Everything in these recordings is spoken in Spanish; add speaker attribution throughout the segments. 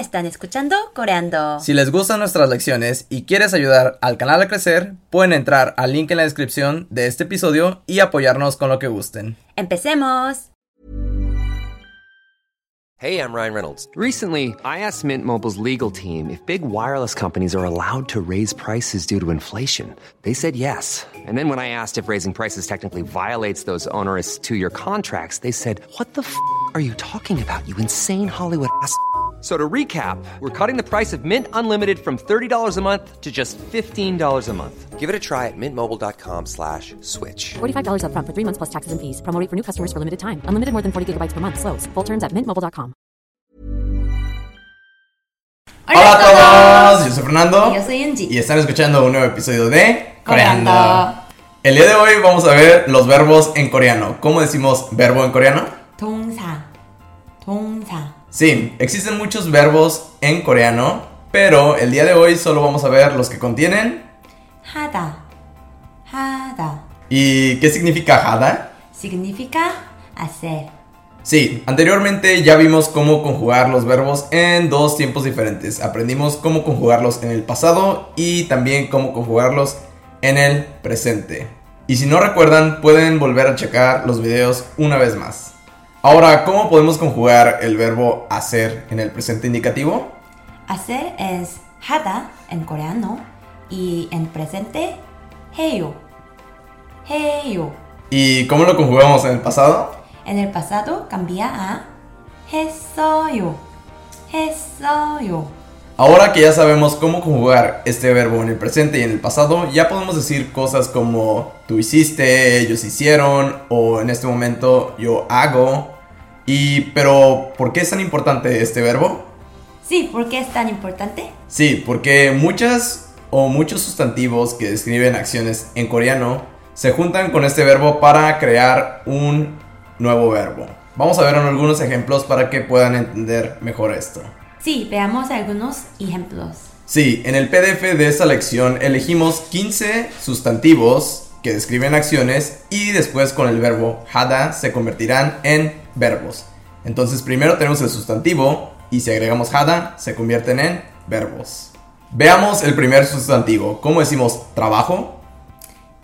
Speaker 1: están escuchando Coreando.
Speaker 2: Si les gustan nuestras lecciones y quieres ayudar al canal a crecer, pueden entrar al link en la descripción de este episodio y apoyarnos con lo que gusten.
Speaker 1: ¡Empecemos!
Speaker 3: Hey, I'm Ryan Reynolds. Recently, I asked Mint Mobile's legal team if big wireless companies are allowed to raise prices due to inflation. They said yes. And then when I asked if raising prices technically violates those onerous two year contracts, they said, What the f are you talking about, you insane Hollywood ass? f- So to recap, we're cutting the price of Mint Unlimited from $30 a month to just $15 a month. Give it a try at mintmobile.com slash switch.
Speaker 4: $45 upfront for three months plus taxes and fees. Promo rate for new customers for limited time. Unlimited more than 40 gigabytes per month. Slows. Full terms at mintmobile.com.
Speaker 2: Hola a todos, yo soy Fernando
Speaker 1: Y yo soy Angie.
Speaker 2: y están escuchando un nuevo episodio de
Speaker 1: Coreando.
Speaker 2: Coreando. El día de hoy vamos a ver los verbos en coreano. ¿Cómo decimos verbo en coreano?
Speaker 1: 동사, 동사.
Speaker 2: Sí, existen muchos verbos en coreano, pero el día de hoy solo vamos a ver los que contienen.
Speaker 1: 하다, 하다.
Speaker 2: ¿Y qué significa hada?
Speaker 1: Significa hacer.
Speaker 2: Sí, anteriormente ya vimos cómo conjugar los verbos en dos tiempos diferentes. Aprendimos cómo conjugarlos en el pasado y también cómo conjugarlos en el presente. Y si no recuerdan, pueden volver a checar los videos una vez más. Ahora, ¿cómo podemos conjugar el verbo hacer en el presente indicativo?
Speaker 1: Hacer es 하다 en coreano y en presente 해요, 해요.
Speaker 2: ¿Y cómo lo conjugamos en el pasado?
Speaker 1: En el pasado cambia a 했어요, 했어요.
Speaker 2: Ahora que ya sabemos cómo conjugar este verbo en el presente y en el pasado, ya podemos decir cosas como tú hiciste, ellos hicieron o en este momento yo hago. Y pero ¿por qué es tan importante este verbo?
Speaker 1: Sí, ¿por qué es tan importante?
Speaker 2: Sí, porque muchas o muchos sustantivos que describen acciones en coreano se juntan con este verbo para crear un nuevo verbo. Vamos a ver algunos ejemplos para que puedan entender mejor esto.
Speaker 1: Sí, veamos algunos ejemplos.
Speaker 2: Sí, en el PDF de esta lección elegimos 15 sustantivos que describen acciones y después con el verbo hada se convertirán en verbos. Entonces primero tenemos el sustantivo y si agregamos hada se convierten en verbos. Veamos el primer sustantivo. ¿Cómo decimos trabajo?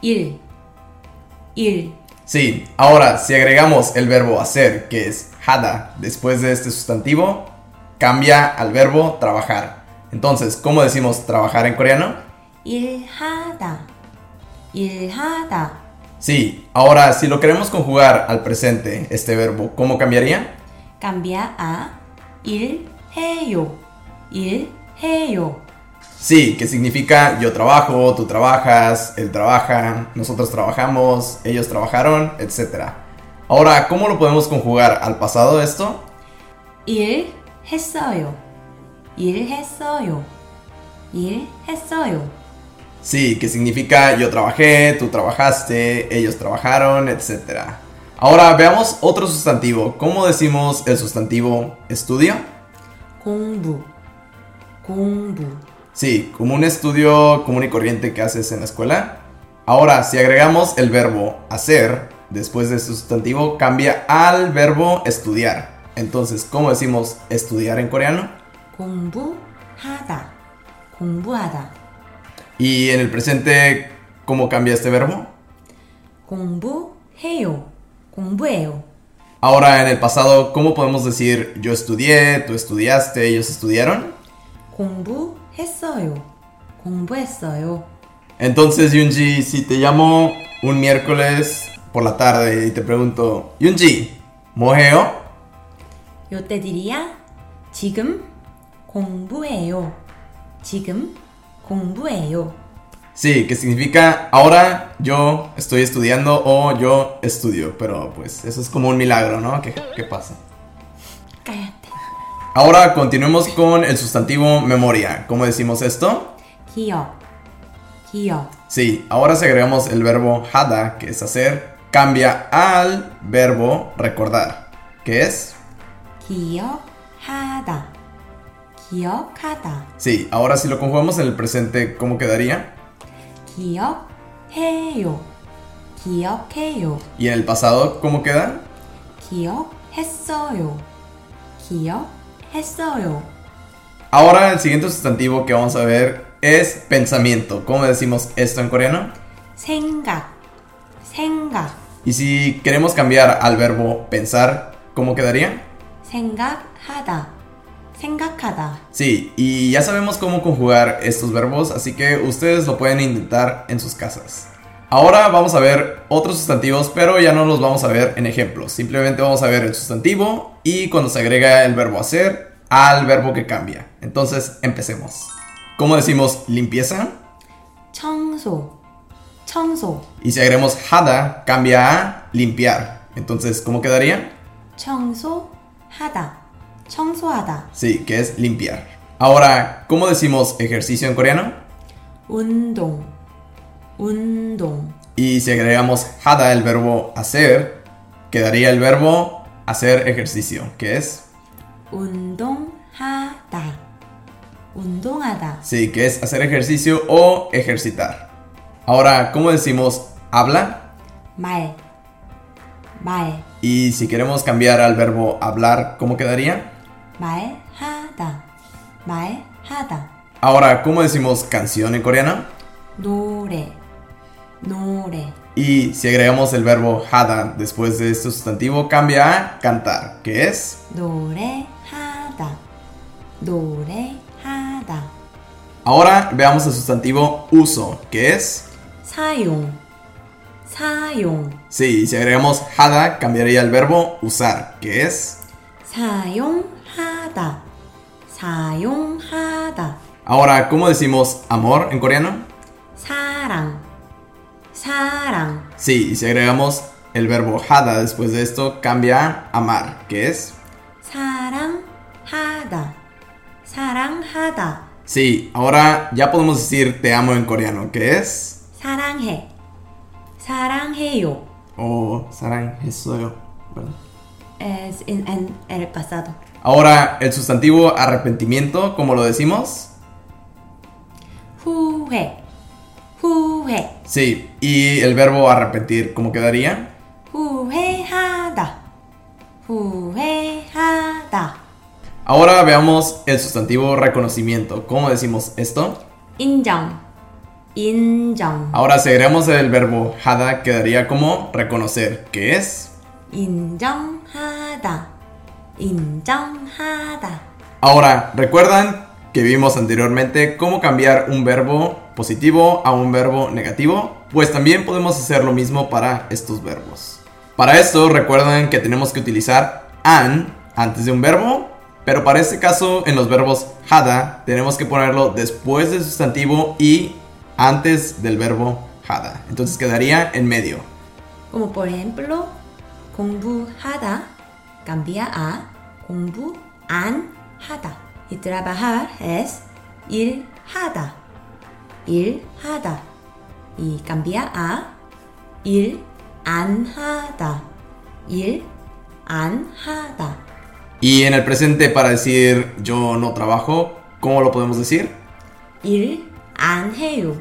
Speaker 1: 일, 일.
Speaker 2: Sí, ahora si agregamos el verbo hacer, que es hada, después de este sustantivo, cambia al verbo trabajar. Entonces, ¿cómo decimos trabajar en coreano?
Speaker 1: 일하다, 일하다.
Speaker 2: Sí, ahora si lo queremos conjugar al presente, este verbo, ¿cómo cambiaría?
Speaker 1: cambia a 아, 일해요, 일해요.
Speaker 2: Sí, que significa yo trabajo, tú trabajas, él trabaja, nosotros trabajamos, ellos trabajaron, etc. Ahora, ¿cómo lo podemos conjugar al pasado esto?
Speaker 1: 일했어요, 일했어요, 일했어요.
Speaker 2: Sí, que significa yo trabajé, tú trabajaste, ellos trabajaron, etc. Ahora veamos otro sustantivo. ¿Cómo decimos el sustantivo estudio?
Speaker 1: 공부, 공부.
Speaker 2: Sí, como un estudio común y corriente que haces en la escuela. Ahora, si agregamos el verbo hacer después de sustantivo, cambia al verbo estudiar. Entonces, ¿cómo decimos estudiar en coreano?
Speaker 1: 공부하다, 공부하다.
Speaker 2: Y en el presente, ¿cómo cambia este verbo?
Speaker 1: 공부해요, 공부해요.
Speaker 2: Ahora, en el pasado, ¿cómo podemos decir yo estudié, tú estudiaste, ellos estudiaron?
Speaker 1: 공부했어요, 공부했어요.
Speaker 2: Entonces, Yunji, si te llamo un miércoles por la tarde y te pregunto, Yunji, ¿mojeo?
Speaker 1: 요때 diría 지금 공부해요, 지금 공부해요.
Speaker 2: Sí, que significa ahora yo estoy estudiando o yo estudio, pero pues eso es como un milagro, ¿no? ¿Qué, qué pasa?
Speaker 1: cállate.
Speaker 2: Ahora continuemos con el sustantivo memoria. ¿Cómo decimos esto?
Speaker 1: 기억, 기억,
Speaker 2: Sí, ahora si agregamos el verbo hada, que es hacer, cambia al verbo recordar, que es...
Speaker 1: 기억하다, 기억하다,
Speaker 2: Sí, ahora si lo conjugamos en el presente, ¿cómo quedaría?
Speaker 1: 기억해요, 기억해요,
Speaker 2: Y en el pasado, ¿cómo queda?
Speaker 1: 기억했어요, 기억했어요.
Speaker 2: Ahora el siguiente sustantivo que vamos a ver es pensamiento. ¿Cómo decimos esto en coreano?
Speaker 1: 생각, 생각,
Speaker 2: Y si queremos cambiar al verbo pensar, ¿cómo quedaría?
Speaker 1: 생각하다, 생각하다.
Speaker 2: Sí, y ya sabemos cómo conjugar estos verbos, así que ustedes lo pueden intentar en sus casas. Ahora vamos a ver otros sustantivos, pero ya no los vamos a ver en ejemplos. Simplemente vamos a ver el sustantivo y cuando se agrega el verbo hacer al verbo que cambia. Entonces, empecemos. ¿Cómo decimos limpieza?
Speaker 1: 청소, 청소,
Speaker 2: Y si agregamos hada, cambia a limpiar. Entonces, ¿cómo quedaría?
Speaker 1: 청소하다, 청소하다.
Speaker 2: Sí, que es limpiar. Ahora, ¿cómo decimos ejercicio en coreano?
Speaker 1: 운동, 운동,
Speaker 2: Y si agregamos hada, el verbo hacer, quedaría el verbo hacer ejercicio, que es,
Speaker 1: 운동하다, 운동하다.
Speaker 2: sí, que es hacer ejercicio o ejercitar. Ahora, ¿cómo decimos habla?
Speaker 1: 말, 말,
Speaker 2: Y si queremos cambiar al verbo hablar, ¿cómo quedaría?
Speaker 1: 말하다, 말하다.
Speaker 2: Ahora, ¿cómo decimos canción en coreano?
Speaker 1: 노래, 노래,
Speaker 2: Y si agregamos el verbo hada después de este sustantivo, cambia a cantar, que es,
Speaker 1: 노래하다, 노래하다.
Speaker 2: Ahora veamos el sustantivo uso, que es.
Speaker 1: 사용, 사용,
Speaker 2: Sí, si agregamos hada, cambiaría el verbo usar, que es.
Speaker 1: 사용하다, 사용하다.
Speaker 2: Ahora, ¿cómo decimos amor en coreano?
Speaker 1: 사랑, 사랑,
Speaker 2: Sí, y si agregamos el verbo hada después de esto, cambia a amar, que es.
Speaker 1: 사랑하다, 사랑하다.
Speaker 2: Sí, ahora ya podemos decir te amo en coreano, que es.
Speaker 1: 사랑해, 사랑해요.
Speaker 2: O sarang soyo, ¿verdad?
Speaker 1: As in en el pasado.
Speaker 2: Ahora, el sustantivo arrepentimiento, ¿cómo lo decimos?
Speaker 1: 후회, 후회,
Speaker 2: Sí, y el verbo arrepentir, ¿cómo quedaría?
Speaker 1: 후회하다, 후회하다.
Speaker 2: Ahora veamos el sustantivo reconocimiento. ¿Cómo decimos esto?
Speaker 1: 인정, 인정,
Speaker 2: Ahora si agregamos el verbo hada quedaría como reconocer, que es.
Speaker 1: 인정하다, 인정하다.
Speaker 2: Ahora, ¿recuerdan que vimos anteriormente cómo cambiar un verbo positivo a un verbo negativo? Pues también podemos hacer lo mismo para estos verbos. Para esto, recuerdan que tenemos que utilizar an antes de un verbo, pero para este caso, en los verbos hada, tenemos que ponerlo después del sustantivo y antes del verbo hada. Entonces quedaría en medio.
Speaker 1: Como por ejemplo, 공부하다, cambia a 공부 안 하다. Y trabajar es 일하다, 일하다. Y cambia a 일 안 하다, 일안 하다.
Speaker 2: Y en el presente, para decir yo no trabajo, ¿cómo lo podemos decir?
Speaker 1: 일 안 해요.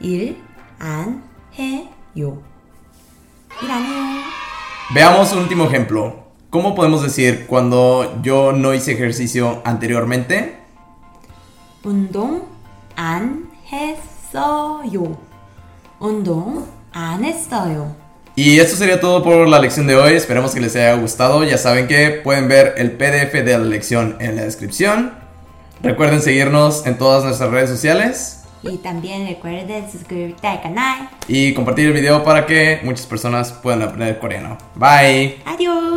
Speaker 1: 일 안 해요. 일 안 해요.
Speaker 2: Veamos un último ejemplo. ¿Cómo podemos decir cuando yo no hice ejercicio anteriormente?
Speaker 1: 운동 안 했어요. 운동 안 했어요.
Speaker 2: Y esto sería todo por la lección de hoy. Esperemos que les haya gustado. Ya saben que pueden ver el PDF de la lección en la descripción. Recuerden seguirnos en todas nuestras redes sociales
Speaker 1: Y también recuerden suscribirte al canal.
Speaker 2: y compartir el video para que muchas personas puedan aprender coreano. Bye.
Speaker 1: Adiós.